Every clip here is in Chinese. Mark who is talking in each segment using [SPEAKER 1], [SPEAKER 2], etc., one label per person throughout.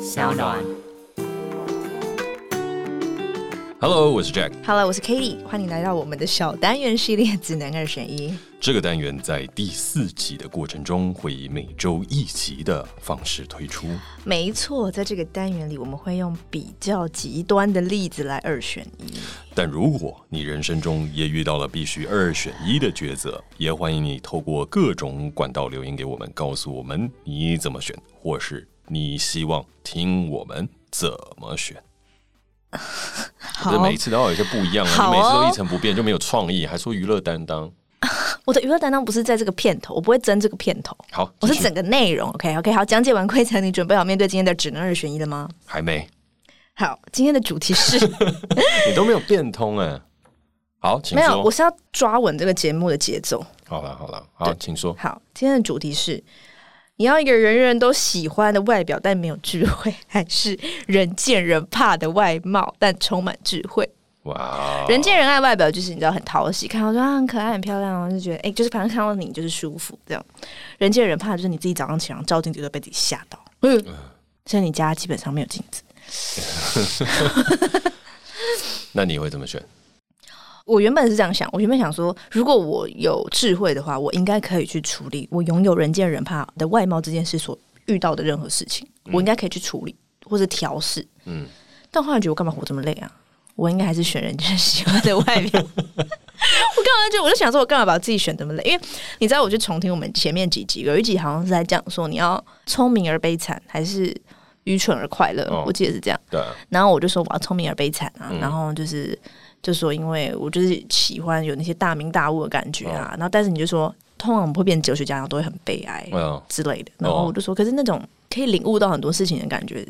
[SPEAKER 1] 小暖。
[SPEAKER 2] Hello，我是 Jack。
[SPEAKER 3] Hello，我是 Katie，欢迎来到我们的小单元系列指南二选一。
[SPEAKER 2] 这个单元在第四集的过程中，会以每周一集的方式推出。
[SPEAKER 3] 没错，在这个单元里，我们会用比较极端的例子来二选一。
[SPEAKER 2] 但如果你人生中也遇到了必须二选一的抉择，也欢迎你透过各种管道留言给我们，告诉我们你怎么选，或是你希望听我们怎么选。
[SPEAKER 3] 好
[SPEAKER 2] 可是每次都要有一些不一样啊，
[SPEAKER 3] 好
[SPEAKER 2] 你每次都
[SPEAKER 3] 哦
[SPEAKER 2] 一成不变，就没有创意，还说娱乐担当。
[SPEAKER 3] 我的娱乐担当不是在这个片头，我不会争这个片头，
[SPEAKER 2] 好，
[SPEAKER 3] 我
[SPEAKER 2] 继
[SPEAKER 3] 是
[SPEAKER 2] 续
[SPEAKER 3] 整个内容。OK OK，好，讲解完规则，你准备好面对今天的指南二选一了吗？
[SPEAKER 2] 还没，
[SPEAKER 3] 好，今天的主题 是
[SPEAKER 2] 你都没有变通哎、好，请
[SPEAKER 3] 没有，我
[SPEAKER 2] 说。
[SPEAKER 3] 是要抓稳这个节目的节奏。
[SPEAKER 2] 好了好了，好，请说。
[SPEAKER 3] 好，今天的主题是：你要一个人人都喜欢的外表，但没有智慧，还是人见人怕的外貌，但充满智慧？
[SPEAKER 2] 哇，
[SPEAKER 3] 人见人爱外表就是你知道很讨喜，看到说啊很可爱很漂亮，然后就觉得哎、就是反正看到你就是舒服这样。人见人怕就是你自己早上起床照镜子都被自己吓到，嗯，所以你家基本上没有镜子。
[SPEAKER 2] 那你会怎么选？
[SPEAKER 3] 我原本是这样想，我原本想说，如果我有智慧的话，我应该可以去处理我拥有人见人怕的外貌这件事所遇到的任何事情，我应该可以去处理或者调试。嗯，但后来觉得我干嘛活这么累啊？我应该还是选人家 喜欢的外表。我干嘛就我就想说，我干嘛把自己选这么累？因为你知道，我去重听我们前面几集，有一集好像是在讲说你要聪明而悲惨，还是愚蠢而快乐？
[SPEAKER 2] 哦
[SPEAKER 3] 我记得是这样。
[SPEAKER 2] 对啊，
[SPEAKER 3] 然后我就说我要聪明而悲惨啊，
[SPEAKER 2] 嗯
[SPEAKER 3] 然后就是就说因为我就是喜欢有那些大名大物的感觉啊，
[SPEAKER 2] 哦
[SPEAKER 3] 然后但是你就说通常我们会变哲学家，然后都会很悲哀
[SPEAKER 2] 嗯，
[SPEAKER 3] 之类的，然后我就说可是那种可以领悟到很多事情的感觉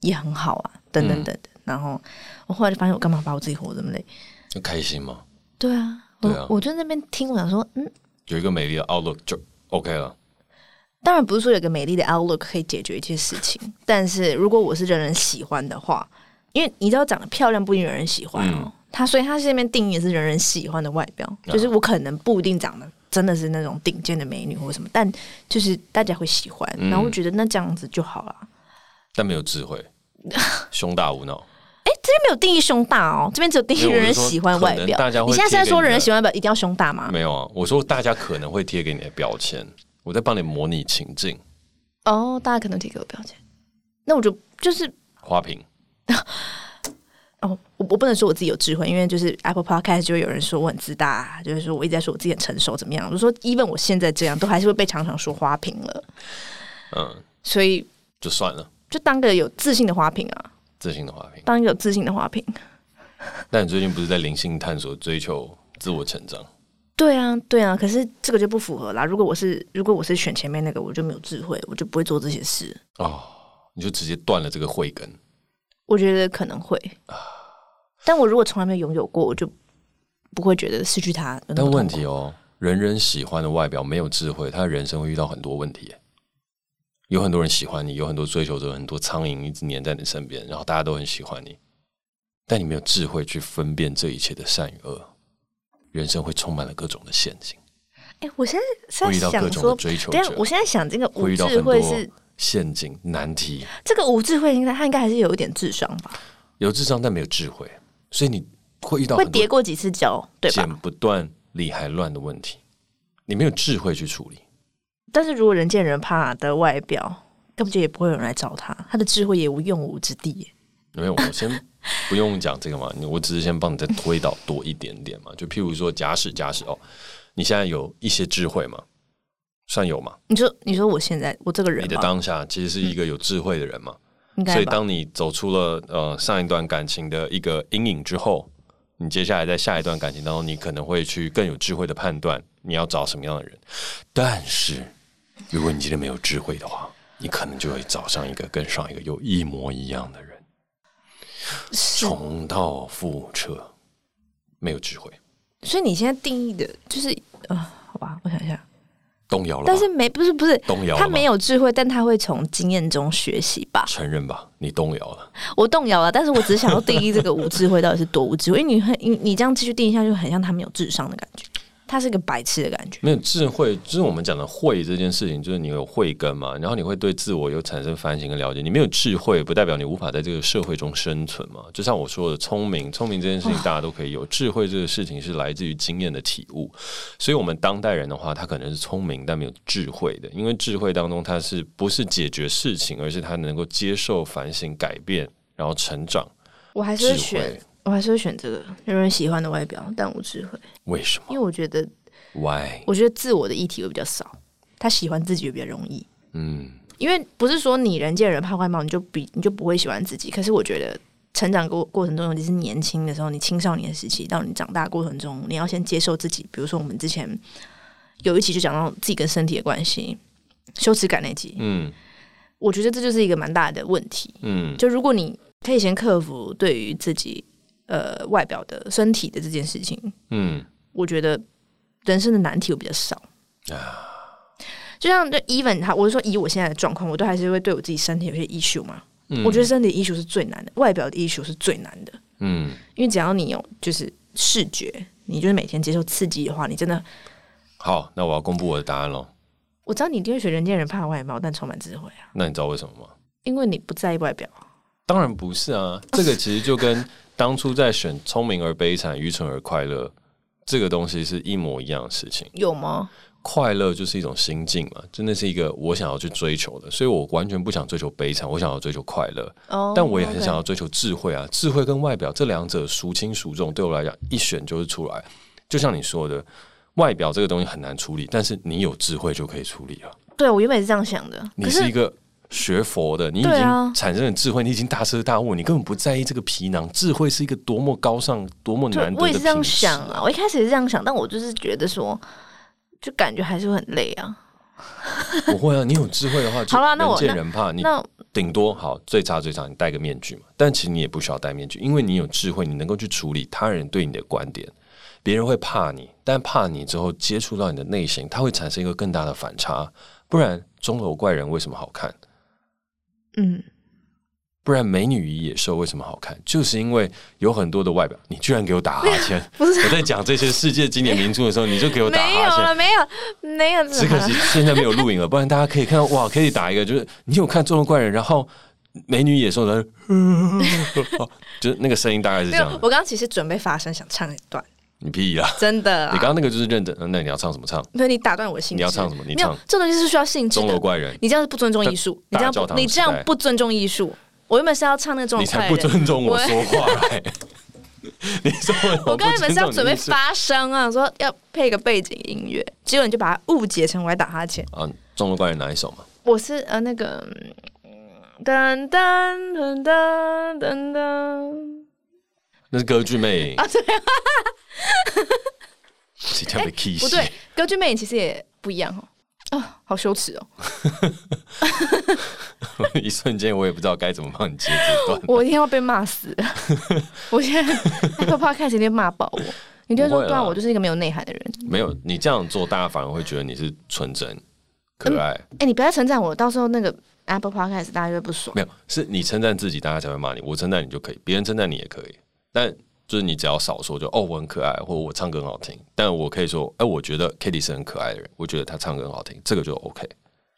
[SPEAKER 3] 也很好啊，等
[SPEAKER 2] 嗯
[SPEAKER 3] 等等等。然后我后来就发现我干嘛把我自己活这么累？
[SPEAKER 2] 就开心嘛，
[SPEAKER 3] 对啊，我
[SPEAKER 2] 对啊
[SPEAKER 3] 我就在那边听，我想说嗯。
[SPEAKER 2] 有一个美丽的 outlook 就 OK 了。
[SPEAKER 3] 当然不是说有个美丽的 outlook 可以解决一切事 情，但是如果我是人人喜欢的话，因为你知道长得漂亮不一定人人喜欢
[SPEAKER 2] 嗯
[SPEAKER 3] 哦，他所以他这边定义是人人喜欢的外表，就是我可能不一定长得真的是那种顶尖的美女或什么，但就是大家会喜欢，
[SPEAKER 2] 嗯
[SPEAKER 3] 然后我觉得那这样子就好了。
[SPEAKER 2] 但没有智 慧，胸大无脑。
[SPEAKER 3] 这边没有定义胸大哦，这边只有定义
[SPEAKER 2] 没有
[SPEAKER 3] 人人
[SPEAKER 2] 我是说
[SPEAKER 3] 喜欢外
[SPEAKER 2] 可能
[SPEAKER 3] 表。
[SPEAKER 2] 大家会
[SPEAKER 3] 你现在是在
[SPEAKER 2] 贴给你
[SPEAKER 3] 说
[SPEAKER 2] 的
[SPEAKER 3] 人人喜欢外表一定要胸大吗？
[SPEAKER 2] 没有啊，我说大家可能会贴给你的标签，我在帮你模拟情境。
[SPEAKER 3] 哦，大家可能贴给我标签，那我就就是
[SPEAKER 2] 花瓶，
[SPEAKER 3] 哦，我我不能说我自己有智慧，因为就是 Apple Podcast 就会有人说我很自大、啊，就是说我一直在说我自己很成熟怎么样。我说，even 我现在这样，都还是会被常常说花瓶了，
[SPEAKER 2] 嗯，
[SPEAKER 3] 所以
[SPEAKER 2] 就算了，
[SPEAKER 3] 就当个有自信的花瓶啊，
[SPEAKER 2] 自信的花瓶。
[SPEAKER 3] 当一个有自信的花瓶。
[SPEAKER 2] 但你最近不是在灵性探索、追求自我成长？
[SPEAKER 3] 对啊，对啊，可是这个就不符合啦。如果我是如果我是选前面那个，我就没有智慧，我就不会做这些事。
[SPEAKER 2] 哦，你就直接断了这个慧根。
[SPEAKER 3] 我觉得可能会，
[SPEAKER 2] 啊
[SPEAKER 3] 但我如果从来没有拥有过，我就不会觉得失去它有那
[SPEAKER 2] 但
[SPEAKER 3] 么痛苦。
[SPEAKER 2] 问题哦，人人喜欢的外表没有智慧，他的人生会遇到很多问题耶。有很多人喜欢你，有很多追求者，很多苍蝇一直粘在你身边，然后大家都很喜欢你，但你没有智慧去分辨这一切的善与恶，人生会充满了各种的陷阱，
[SPEAKER 3] 哎、我现在
[SPEAKER 2] 会
[SPEAKER 3] 是
[SPEAKER 2] 遇到
[SPEAKER 3] 在
[SPEAKER 2] 各种
[SPEAKER 3] 想
[SPEAKER 2] 的
[SPEAKER 3] 说，
[SPEAKER 2] 追求
[SPEAKER 3] 等一下
[SPEAKER 2] 者
[SPEAKER 3] 我，现在想这个无
[SPEAKER 2] 会遇到
[SPEAKER 3] 嗯智
[SPEAKER 2] 很
[SPEAKER 3] 慧
[SPEAKER 2] 多
[SPEAKER 3] 是。
[SPEAKER 2] 陷阱、难题。
[SPEAKER 3] 这个无智慧应该他应该还是有一点智商吧？
[SPEAKER 2] 有智商但没有智慧，所以你会遇到
[SPEAKER 3] 会
[SPEAKER 2] 很
[SPEAKER 3] 跌
[SPEAKER 2] 多
[SPEAKER 3] 过几次跤，对吧
[SPEAKER 2] 剪？不断、理还乱的问题，你没有智慧去处理。
[SPEAKER 3] 但是如果人见人怕的外表，根本就也不会有人来找他，他的智慧也无用武之地耶。
[SPEAKER 2] 没有，我先不用讲这个嘛， 你我只是先帮你再推导多一点点嘛。就譬如说，假使假使哦，你现在有一些智慧嘛，算有嘛？
[SPEAKER 3] 你说，你说我现在我这个人
[SPEAKER 2] 你的
[SPEAKER 3] 吗
[SPEAKER 2] 当下其实是一个有智慧的人嘛，
[SPEAKER 3] 应该
[SPEAKER 2] 所以
[SPEAKER 3] 吧？
[SPEAKER 2] 当你走出了呃上一段感情的一个阴影之后，你接下来在下一段感情当中，你可能会去更有智慧的判断你要找什么样的人。但是，如果你今天没有智慧的话，你可能就会找上一个跟上一个有一模一样的人。
[SPEAKER 3] 是，
[SPEAKER 2] 重蹈覆辙，没有智慧，
[SPEAKER 3] 所以你现在定义的就是啊、呃好吧，我想一下，
[SPEAKER 2] 动摇了吧。
[SPEAKER 3] 但是没不是不是，
[SPEAKER 2] 动摇了吧
[SPEAKER 3] 他没有智慧，但他会从经验中学习吧？
[SPEAKER 2] 承认吧，你动摇了。
[SPEAKER 3] 我动摇了，但是我只想要定义这个无智慧到底是多无智慧，因为你很你你这样继续定义下去，很像他没有智商的感觉。他是个白痴的感觉。
[SPEAKER 2] 没有智慧，就是我们讲的慧这件事情，就是你有慧根嘛，然后你会对自我有产生反省跟了解。你没有智慧，不代表你无法在这个社会中生存嘛。就像我说的，聪明，聪明这件事情大家都可以有，智慧这个事情是来自于经验的体悟。所以，我们当代人的话，他可能是聪明但没有智慧的，因为智慧当中他是不是解决事情，而是他能够接受反省、改变，然后成长。
[SPEAKER 3] 我还是
[SPEAKER 2] 智
[SPEAKER 3] 会选
[SPEAKER 2] 慧，
[SPEAKER 3] 我还是会选这个有人喜欢的外表，但无智慧，
[SPEAKER 2] 为什么
[SPEAKER 3] 因为我觉得，
[SPEAKER 2] ？Why？
[SPEAKER 3] 我觉得自我的议题会比较少，他喜欢自己会比较容易。
[SPEAKER 2] 嗯，
[SPEAKER 3] 因为不是说你人见人怕外貌，你就比你就不会喜欢自己。可是我觉得成长过过程中，尤其是年轻的时候，你青少年时期到你长大过程中，你要先接受自己。比如说我们之前有一期就讲到自己跟身体的关系，羞耻感那集，
[SPEAKER 2] 嗯
[SPEAKER 3] 我觉得这就是一个蛮大的问题。
[SPEAKER 2] 嗯
[SPEAKER 3] 就如果你可以先克服对于自己呃外表的身体的这件事情，
[SPEAKER 2] 嗯，
[SPEAKER 3] 我觉得人生的难题会比较少
[SPEAKER 2] 啊
[SPEAKER 3] 就像就 even 他，我是说以我现在的状况，我都还是会对我自己身体有些 issue 嘛。我觉得身体 issue 是最难的，外表的 issue 是最难的，
[SPEAKER 2] 嗯。
[SPEAKER 3] 因为只要你有就是视觉，你就是每天接受刺激的话，你真的，
[SPEAKER 2] 好，那我要公布我的答案喽。
[SPEAKER 3] 我知道你一定会选人见人怕外貌，但充满智慧啊，
[SPEAKER 2] 那你知道为什么吗？
[SPEAKER 3] 因为你不在意外表。啊
[SPEAKER 2] 当然不是啊，这个其实就跟当初在选聪明而悲惨、愚蠢而快乐这个东西是一模一样的事情。
[SPEAKER 3] 有吗？
[SPEAKER 2] 快乐就是一种心境嘛，真的是一个我想要去追求的，所以我完全不想追求悲惨，我想要追求快乐，
[SPEAKER 3] 哦
[SPEAKER 2] 但我也很想要追求智慧啊。智慧跟外表这两者孰轻孰重，对我来讲一选就是出来。就像你说的，外表这个东西很难处理，但是你有智慧就可以处理了。啊
[SPEAKER 3] 对我原本也是这样想的，
[SPEAKER 2] 你
[SPEAKER 3] 可
[SPEAKER 2] 是
[SPEAKER 3] 是
[SPEAKER 2] 一个学佛的，你已
[SPEAKER 3] 对啊
[SPEAKER 2] 经产生了智慧，你已经大彻大悟，你根本不在意这个皮囊。智慧是一个多么高尚、多么
[SPEAKER 3] 对
[SPEAKER 2] 难，得
[SPEAKER 3] 我
[SPEAKER 2] 的
[SPEAKER 3] 也是这样
[SPEAKER 2] 品质
[SPEAKER 3] 想啊。我一开始也是这样想，但我就是觉得说，就感觉还是会很累啊。
[SPEAKER 2] 不会啊，你有智慧 的话，就
[SPEAKER 3] 好啦那我
[SPEAKER 2] 人见人怕。你
[SPEAKER 3] 那
[SPEAKER 2] 顶多好，最差最差，你戴个面具嘛。但其实你也不需要戴面具，因为你有智慧，你能够去处理他人对你的观点。别人会怕你，但怕你之后接触到你的内心，它会产生一个更大的反差。不然，钟楼怪人为什么好看？
[SPEAKER 3] 嗯，
[SPEAKER 2] 不然，美女与野兽为什么好看？就是因为有很多的外表。你居然给我打哈 欠！
[SPEAKER 3] 不是
[SPEAKER 2] 我在讲这些世界经典名著的时候，你就给我打
[SPEAKER 3] 没有啊了，
[SPEAKER 2] 哈
[SPEAKER 3] 没有，没有，
[SPEAKER 2] 欠。只可惜现在没有录影了，不然大家可以看到哇，可以打一个，就是你有看《中国怪人》，然后美女与野兽的， 哦就是那个声音大概是这
[SPEAKER 3] 没有
[SPEAKER 2] 样。。
[SPEAKER 3] 我刚刚其实准备发声，想唱一段，
[SPEAKER 2] 你屁啦！
[SPEAKER 3] 真的
[SPEAKER 2] 你
[SPEAKER 3] 啊。
[SPEAKER 2] 刚刚那个就是认真，呃那你要唱什么唱？
[SPEAKER 3] 没有，你打断我的兴致。
[SPEAKER 2] 你要唱什么你
[SPEAKER 3] 没有
[SPEAKER 2] 唱，
[SPEAKER 3] 这东西是需要兴致
[SPEAKER 2] 《钟楼
[SPEAKER 3] 的。
[SPEAKER 2] 怪人
[SPEAKER 3] 你这样是不尊重艺术，你
[SPEAKER 2] 大
[SPEAKER 3] 这样
[SPEAKER 2] 大教堂
[SPEAKER 3] 不你这样
[SPEAKER 2] 时代
[SPEAKER 3] 不尊重艺术。我原本是要唱那个》，
[SPEAKER 2] 你
[SPEAKER 3] 种
[SPEAKER 2] 才
[SPEAKER 3] 快
[SPEAKER 2] 不
[SPEAKER 3] 人，
[SPEAKER 2] 尊重我说话、欸。 你说
[SPEAKER 3] 我
[SPEAKER 2] 我
[SPEAKER 3] 刚
[SPEAKER 2] 不
[SPEAKER 3] 原本
[SPEAKER 2] 尊
[SPEAKER 3] 是要
[SPEAKER 2] 重
[SPEAKER 3] 准
[SPEAKER 2] 你
[SPEAKER 3] 备
[SPEAKER 2] 意思
[SPEAKER 3] 发声啊，说要配个背景音乐，结果你就把它误解成我在打哈欠。
[SPEAKER 2] 啊，《中国怪人》哪一首嘛？
[SPEAKER 3] 我是呃那个嗯噔噔噔噔噔噔，
[SPEAKER 2] 那是歌剧魅影啊，对，这叫被 kiss，
[SPEAKER 3] 哎不对，歌剧魅影其实也不一样哦。啊，好羞耻哦！
[SPEAKER 2] 一瞬间我也不知道该怎么帮你接这 段。
[SPEAKER 3] 我一定要被 骂死了。我现在 Apple Podcast 一定骂爆我。你就会
[SPEAKER 2] 不
[SPEAKER 3] 说，
[SPEAKER 2] 会啦
[SPEAKER 3] 对啊，我就是一个没有内涵的人。
[SPEAKER 2] 没有，你这样做，大家反而会觉得你是纯真、可爱。
[SPEAKER 3] 哎、你不要称赞我，到时候那个 Apple Podcast 大家就会不爽。
[SPEAKER 2] 没有，是你称赞自己，大家才会骂你。我称赞你就可以，别人称赞你也可以，但。就是你只要少说就，哦，我很可爱，或我唱歌很好听，但我可以说，哎、我觉得 Kitty 是很可爱的人，我觉得她唱歌很好听，这个就 OK。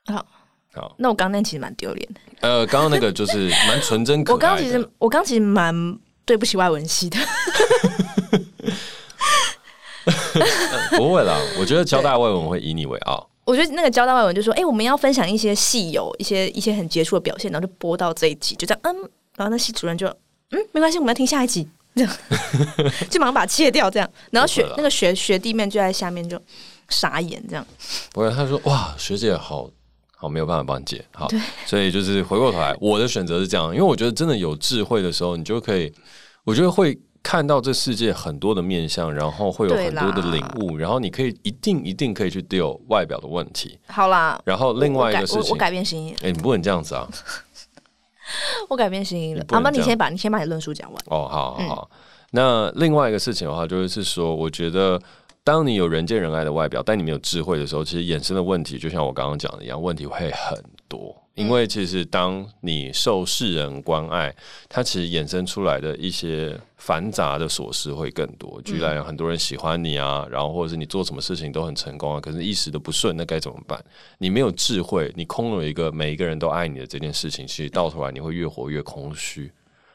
[SPEAKER 3] 好，
[SPEAKER 2] 好，
[SPEAKER 3] 那我刚刚那其实蛮丢脸的。
[SPEAKER 2] 呃，刚刚那个就是蛮纯真可爱的。
[SPEAKER 3] 我刚刚其实我刚其实蛮对不起外文系的。
[SPEAKER 2] 不会啦，我觉得交大外文会以你为傲。
[SPEAKER 3] 我觉得那个交大外文就说，哎、我们要分享一些戏友一些一些很杰出的表现，然后就播到这一集，就这样，嗯，然后那系主任就，嗯，没关系，我们要听下一集， 这样就马上把它切掉，这样，然后
[SPEAKER 2] 不会
[SPEAKER 3] 学
[SPEAKER 2] 啦
[SPEAKER 3] 那个学学弟妹就在下面就傻眼，这样，
[SPEAKER 2] 不是，他说哇，学姐好好没有办法帮你解，好，所以就是回过头来，我的选择是这样，因为我觉得真的有智慧的时候，你就可以，我觉得会看到这世界很多的面相，然后会有
[SPEAKER 3] 对
[SPEAKER 2] 很
[SPEAKER 3] 啦
[SPEAKER 2] 多的领悟，然后你可以一定一定可以去 deal 外表的问题，
[SPEAKER 3] 好啦，
[SPEAKER 2] 然后另外一个
[SPEAKER 3] 我改
[SPEAKER 2] 事
[SPEAKER 3] 我我
[SPEAKER 2] 情，哎、
[SPEAKER 3] 改变心意了，
[SPEAKER 2] 你不能这样子啊，
[SPEAKER 3] 我改变心意了
[SPEAKER 2] 你，不
[SPEAKER 3] 好
[SPEAKER 2] 能
[SPEAKER 3] 吧，
[SPEAKER 2] 这
[SPEAKER 3] 那你
[SPEAKER 2] 样
[SPEAKER 3] 先把你先把你论述讲完。
[SPEAKER 2] 哦，好好好。那另外一个事情的话，就是是说，我觉得当你有人见人爱的外表，但你没有智慧的时候，其实衍生的问题，就像我刚刚讲的一样，问题会很多。因为其实当你受世人关爱，它其实衍生出来的一些繁杂的琐事会更多。居然很多人喜欢你啊，然后或者是你做什么事情都很成功啊，可是一时的不顺，那该怎么办？你没有智慧，你空有一个每一个人都爱你的这件事情，其实到头来你会越活越空虚。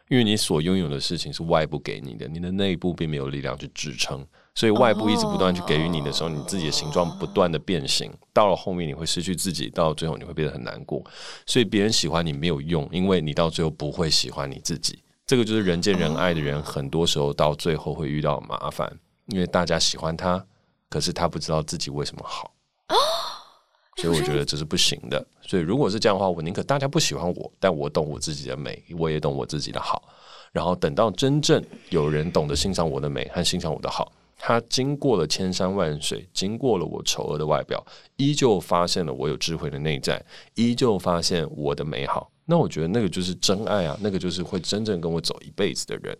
[SPEAKER 2] 因为你所拥有的事情是外部给你的，你的内部并没有力量去支撑，所以外部一直不断去给予你的时候，你自己的形状不断的变形，到了后面你会失去自己，到最后你会变得很难过，所以别人喜欢你没有用，因为你到最后不会喜欢你自己。这个就是人见人爱的人，很多时候到最后会遇到麻烦，因为大家喜欢他，可是他不知道自己为什么好。所以我觉得这是不行的。所以如果是这样的话，我宁可大家不喜欢我，但我懂我自己的美，我也懂我自己的好。然后等到真正有人懂得欣赏我的美和欣赏我的好，他经过了千山万水，经过了我丑恶的外表，依旧发现了我有智慧的内在，依旧发现我的美好。那我觉得那个就是真爱啊，那个就是会真正跟我走一辈子的人。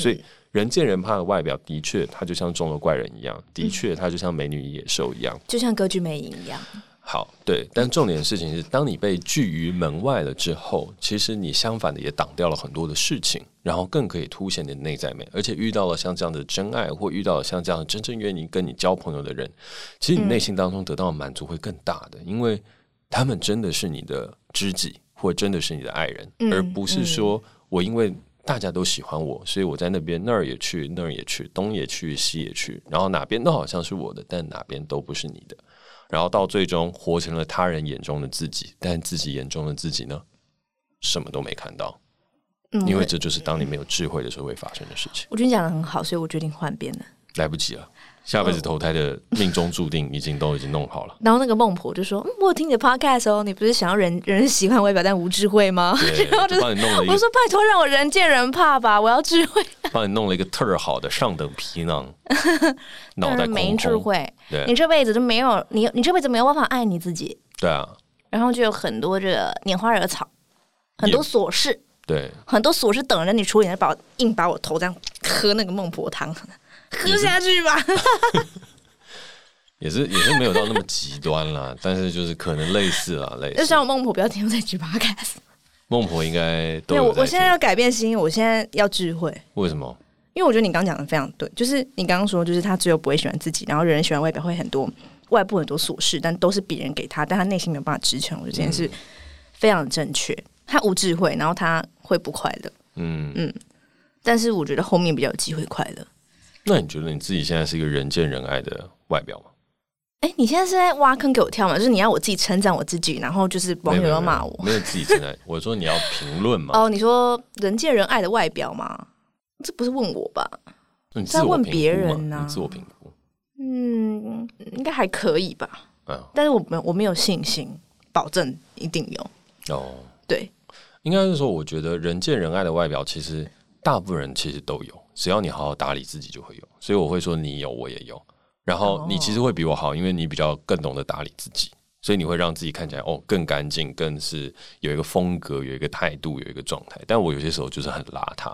[SPEAKER 2] 所以人见人怕的外表，的确，它就像中了怪人一样，的确，它就像美女与野兽一样。
[SPEAKER 3] 就像歌剧魅影一样，
[SPEAKER 2] 好，对，但重点的事情是，当你被拒于门外了之后，其实你相反的也挡掉了很多的事情，然后更可以凸显你的内在美，而且遇到了像这样的真爱，或遇到了像这样真正愿意跟你交朋友的人，其实你内心当中得到的满足会更大的，因为他们真的是你的知己，或真的是你的爱人，
[SPEAKER 3] 嗯
[SPEAKER 2] 而不是说我因为。大家都喜欢我，所以我在那边那儿也去，那儿也去，东也去，西也去，然后哪边都好像是我的，但哪边都不是你的。然后到最终活成了他人眼中的自己，但自己眼中的自己呢，什么都没看到，
[SPEAKER 3] 嗯，
[SPEAKER 2] 因为
[SPEAKER 3] 我
[SPEAKER 2] 这就是当你没有智慧的时候会发生的事情，
[SPEAKER 3] 我觉得你讲的很好，所以我决定换边了。
[SPEAKER 2] 来不及了。下
[SPEAKER 3] 嗯
[SPEAKER 2] 辈子投胎的命中注定已经都已经弄好
[SPEAKER 3] ，
[SPEAKER 2] 了
[SPEAKER 3] 然后那个孟婆就说：“嗯、我有听你的 podcast 哦，你不是想要人 人人喜欢外表但无智慧吗？”
[SPEAKER 2] 对，就帮你弄了一
[SPEAKER 3] 我
[SPEAKER 2] 个
[SPEAKER 3] 说：“拜托，让我人见人怕吧，我要智慧。
[SPEAKER 2] 帮你弄了一个特儿好的上等皮 囊，”脑
[SPEAKER 3] 但
[SPEAKER 2] 袋
[SPEAKER 3] 是没
[SPEAKER 2] 空
[SPEAKER 3] 智
[SPEAKER 2] 空，
[SPEAKER 3] 慧，你
[SPEAKER 2] 对
[SPEAKER 3] 这辈子都没有你，你这辈子没有办法爱你自己。
[SPEAKER 2] 对啊，
[SPEAKER 3] 然后就有很多这个拈花惹草，很多琐事，
[SPEAKER 2] 对，
[SPEAKER 3] 很多琐事等着你处理，把我硬把我头这样喝那个孟婆汤，喝下去吧。
[SPEAKER 2] 也是也是没有到那么极端啦，但是就是可能类似啦，类
[SPEAKER 3] 就
[SPEAKER 2] 似
[SPEAKER 3] 像。我孟婆不要听我这句 podcast，
[SPEAKER 2] 孟婆应该都
[SPEAKER 3] 对我
[SPEAKER 2] 有
[SPEAKER 3] 我
[SPEAKER 2] 在
[SPEAKER 3] 现
[SPEAKER 2] 听
[SPEAKER 3] 在，要改变心意，我现在要智慧。
[SPEAKER 2] 为什么？
[SPEAKER 3] 因为我觉得你刚刚讲的非常对，就是你刚刚说，就是他只有不会喜欢自己，然后人人喜欢外表会很多外部很多琐事，但都是别人给他，但他内心没有办法支撑。我觉得这件
[SPEAKER 2] 嗯
[SPEAKER 3] 事非常正确。他无智慧，然后他会不快乐，
[SPEAKER 2] 嗯，
[SPEAKER 3] 但是我觉得后面比较有机会快乐。
[SPEAKER 2] 那你觉得你自己现在是一个人见人爱的外表吗？
[SPEAKER 3] 哎，你现在是在挖坑给我跳吗？就是你要我自己称赞我自己，然后就是网友要骂我。
[SPEAKER 2] 没有没有没有自己真爱。我说你要评论嘛，
[SPEAKER 3] 哦，你说人见人爱的外表吗？这不是问我吧？
[SPEAKER 2] 你自我
[SPEAKER 3] 在问
[SPEAKER 2] 评估
[SPEAKER 3] 别
[SPEAKER 2] 嘛
[SPEAKER 3] 人啊
[SPEAKER 2] 你自我评估
[SPEAKER 3] 嗯，应该还可以吧，
[SPEAKER 2] 啊，
[SPEAKER 3] 但是我没有我没有信心，保证一定有。
[SPEAKER 2] 哦，
[SPEAKER 3] 对，
[SPEAKER 2] 应该是说，我觉得人见人爱的外表，其实大部分人其实都有，只要你好好打理自己就会有。所以我会说你有，我也有。然后你其实会比我好，因为你比较更懂得打理自己，所以你会让自己看起来哦更干净，更是有一个风格，有一个态度，有一个状态。但我有些时候就是很邋遢，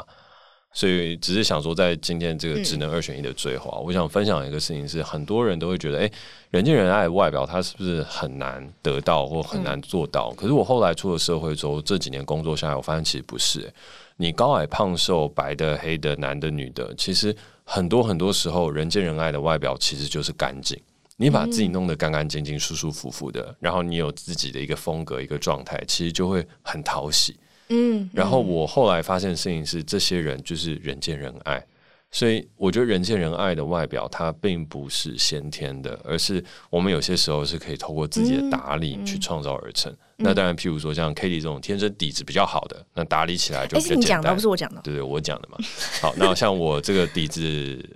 [SPEAKER 2] 所以只是想说，在今天这个只能二选一的最后啊，我想分享一个事情是，很多人都会觉得，哎、人见人爱的外表，它是不是很难得到或很难做到？可是我后来出了社会之后，这几年工作下来，我发现其实不是、哎你高矮胖瘦、白的、黑的、男的、女的，其实很多很多时候，人见人爱的外表其实就是干净。你把自己弄得干干净净、舒舒服服的，然后你有自己的一个风格、一个状态，其实就会很讨喜。
[SPEAKER 3] 嗯，
[SPEAKER 2] 然后我后来发现的事情是，这些人就是人见人爱，所以我觉得人见人爱的外表，它并不是先天的，而是我们有些时候是可以透过自己
[SPEAKER 3] 嗯
[SPEAKER 2] 的打理去创造而成。那当然，譬如说像 k a t i e 这种天生底子比较好的，那打理起来就
[SPEAKER 3] 哎，
[SPEAKER 2] 比
[SPEAKER 3] 是
[SPEAKER 2] 较
[SPEAKER 3] 你
[SPEAKER 2] 简
[SPEAKER 3] 讲的，
[SPEAKER 2] 单。
[SPEAKER 3] 不是我讲的。
[SPEAKER 2] 对对，我讲的嘛。 好，那像我这个底子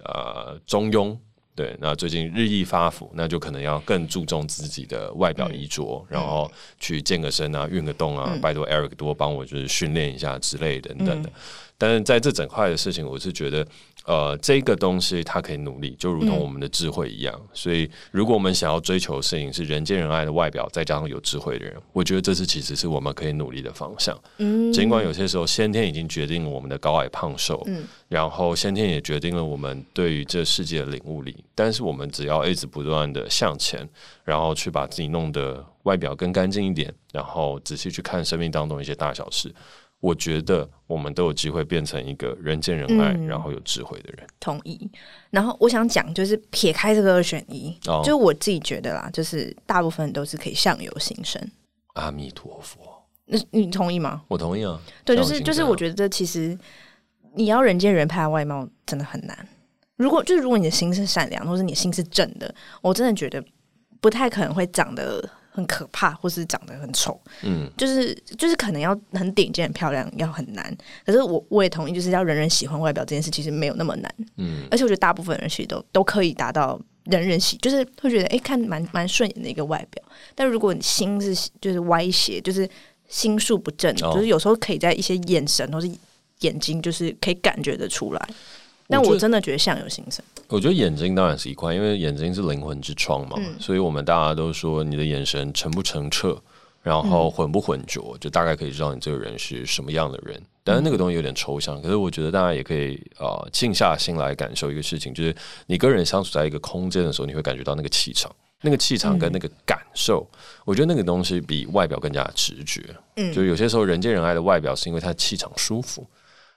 [SPEAKER 2] 呃中庸，对，那最近日益发福，那就可能要更注重自己的外表衣
[SPEAKER 3] 嗯
[SPEAKER 2] 着，然后
[SPEAKER 3] 嗯
[SPEAKER 2] 去健个身啊，运个动啊，拜托 Eric 多帮我就是训练一下之类等等的。但是在这整块的事情，我是觉得，呃，这个东西它可以努力，就
[SPEAKER 3] 嗯
[SPEAKER 2] 如同我们的智慧一样。所以，如果我们想要追求的事情是人见人爱的外表，再加上有智慧的人，我觉得这是其实是我们可以努力的方向。
[SPEAKER 3] 嗯，
[SPEAKER 2] 尽管有些时候先天已经决定了我们的高矮胖瘦，
[SPEAKER 3] 嗯
[SPEAKER 2] 然后先天也决定了我们对于这世界的领悟力，但是我们只要一直不断的向前，然后去把自己弄得外表更干净一点，然后仔细去看生命当中一些大小事，我觉得我们都有机会变成一个人见人爱，
[SPEAKER 3] 嗯
[SPEAKER 2] 然后有智慧的人。
[SPEAKER 3] 同意。然后我想讲，就是撇开这个二选一，
[SPEAKER 2] 哦
[SPEAKER 3] 就是我自己觉得啦，就是大部分都是可以相由心生。
[SPEAKER 2] 阿弥陀佛，
[SPEAKER 3] 那你同意吗？
[SPEAKER 2] 我同意啊。
[SPEAKER 3] 对，就
[SPEAKER 2] 像我
[SPEAKER 3] 是就
[SPEAKER 2] 今
[SPEAKER 3] 是，
[SPEAKER 2] 天
[SPEAKER 3] 我觉得其实你要人见人怕外貌真的很难。如果就是如果你的心是善良，或者你的心是正的，我真的觉得不太可能会长得很可怕，或是长得很丑。
[SPEAKER 2] 嗯，
[SPEAKER 3] 就是就是可能要很顶尖、很漂亮，要很难。可是我我也同意，就是要人人喜欢外表这件事，其实没有那么难。
[SPEAKER 2] 嗯，
[SPEAKER 3] 而且我觉得大部分人其实都都可以达到人人喜，就是会觉得哎、诶看蛮蛮顺眼的一个外表。但如果你心是就是歪斜，就是心术不正，
[SPEAKER 2] 哦
[SPEAKER 3] 就是有时候可以在一些眼神或是眼睛，就是可以感觉得出来。但
[SPEAKER 2] 我觉
[SPEAKER 3] 我
[SPEAKER 2] 得
[SPEAKER 3] 真的觉得相由心生，
[SPEAKER 2] 我觉得眼睛当然是一块，因为眼睛是灵魂之窗嘛，所以我们大家都说你的眼神澄不澄澈，然后浑不浑浊，就大概可以知道你这个人是什么样的人。但是那个东西有点抽象，可是我觉得大家也可以呃静下心来感受一个事情，就是你跟人相处在一个空间的时候，你会感觉到那个气场，那个气场跟那个感受，我觉得那个东西比外表更加直觉。
[SPEAKER 3] 嗯
[SPEAKER 2] 就有些时候人见人爱的外表是因为他气场舒服，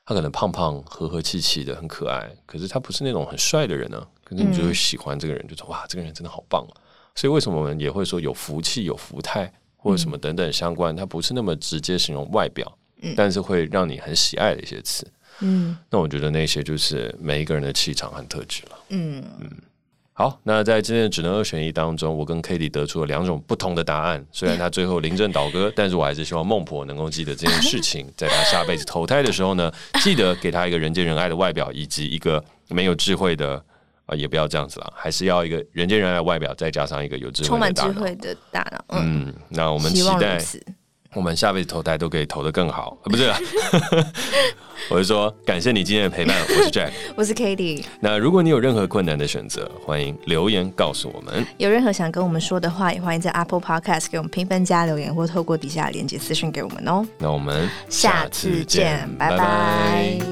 [SPEAKER 2] 他可能胖胖、和和气气的，很可爱，可是他不是那种很帅的人呢、可是你就会喜欢这个人，就说哇，这个人真的好棒、啊。所以为什么我们也会说有福气、有福态或者什么等等相关，它不是那么直接形容外表，但是会让你很喜爱的一些词。
[SPEAKER 3] 嗯
[SPEAKER 2] 那我觉得那些就是每一个人的气场和特质了。
[SPEAKER 3] 嗯，
[SPEAKER 2] 好，那在今天的只能二选一当中，我跟 k a t i e 得出了两种不同的答案。虽然他最后临阵倒戈， 但是我还是希望孟婆能够记得这件事情，在她下辈子投胎的时候呢，记得给她一个人见人爱的外表，以及一个没有智慧的。啊，也不要这样子啦，还是要一个人见人爱的外表，再加上一个有智慧的
[SPEAKER 3] 充满
[SPEAKER 2] 大
[SPEAKER 3] 智
[SPEAKER 2] 脑
[SPEAKER 3] 慧。的大脑，嗯，
[SPEAKER 2] 嗯，那我们期
[SPEAKER 3] 希望
[SPEAKER 2] 待
[SPEAKER 3] 如此。
[SPEAKER 2] 我们下辈子投胎都可以投得更好， 呃不是啦？我是说，感谢你今天的陪伴，我是 Jack。
[SPEAKER 3] 我是 k a t i e
[SPEAKER 2] 那如果你有任何困难的选择，欢迎留言告诉我们。
[SPEAKER 3] 有任何想跟我们说的话，也欢迎在 Apple Podcast 给我们评分加留言，或透过底下的链接私讯给我们哦。
[SPEAKER 2] 那我们
[SPEAKER 3] 下次见，拜拜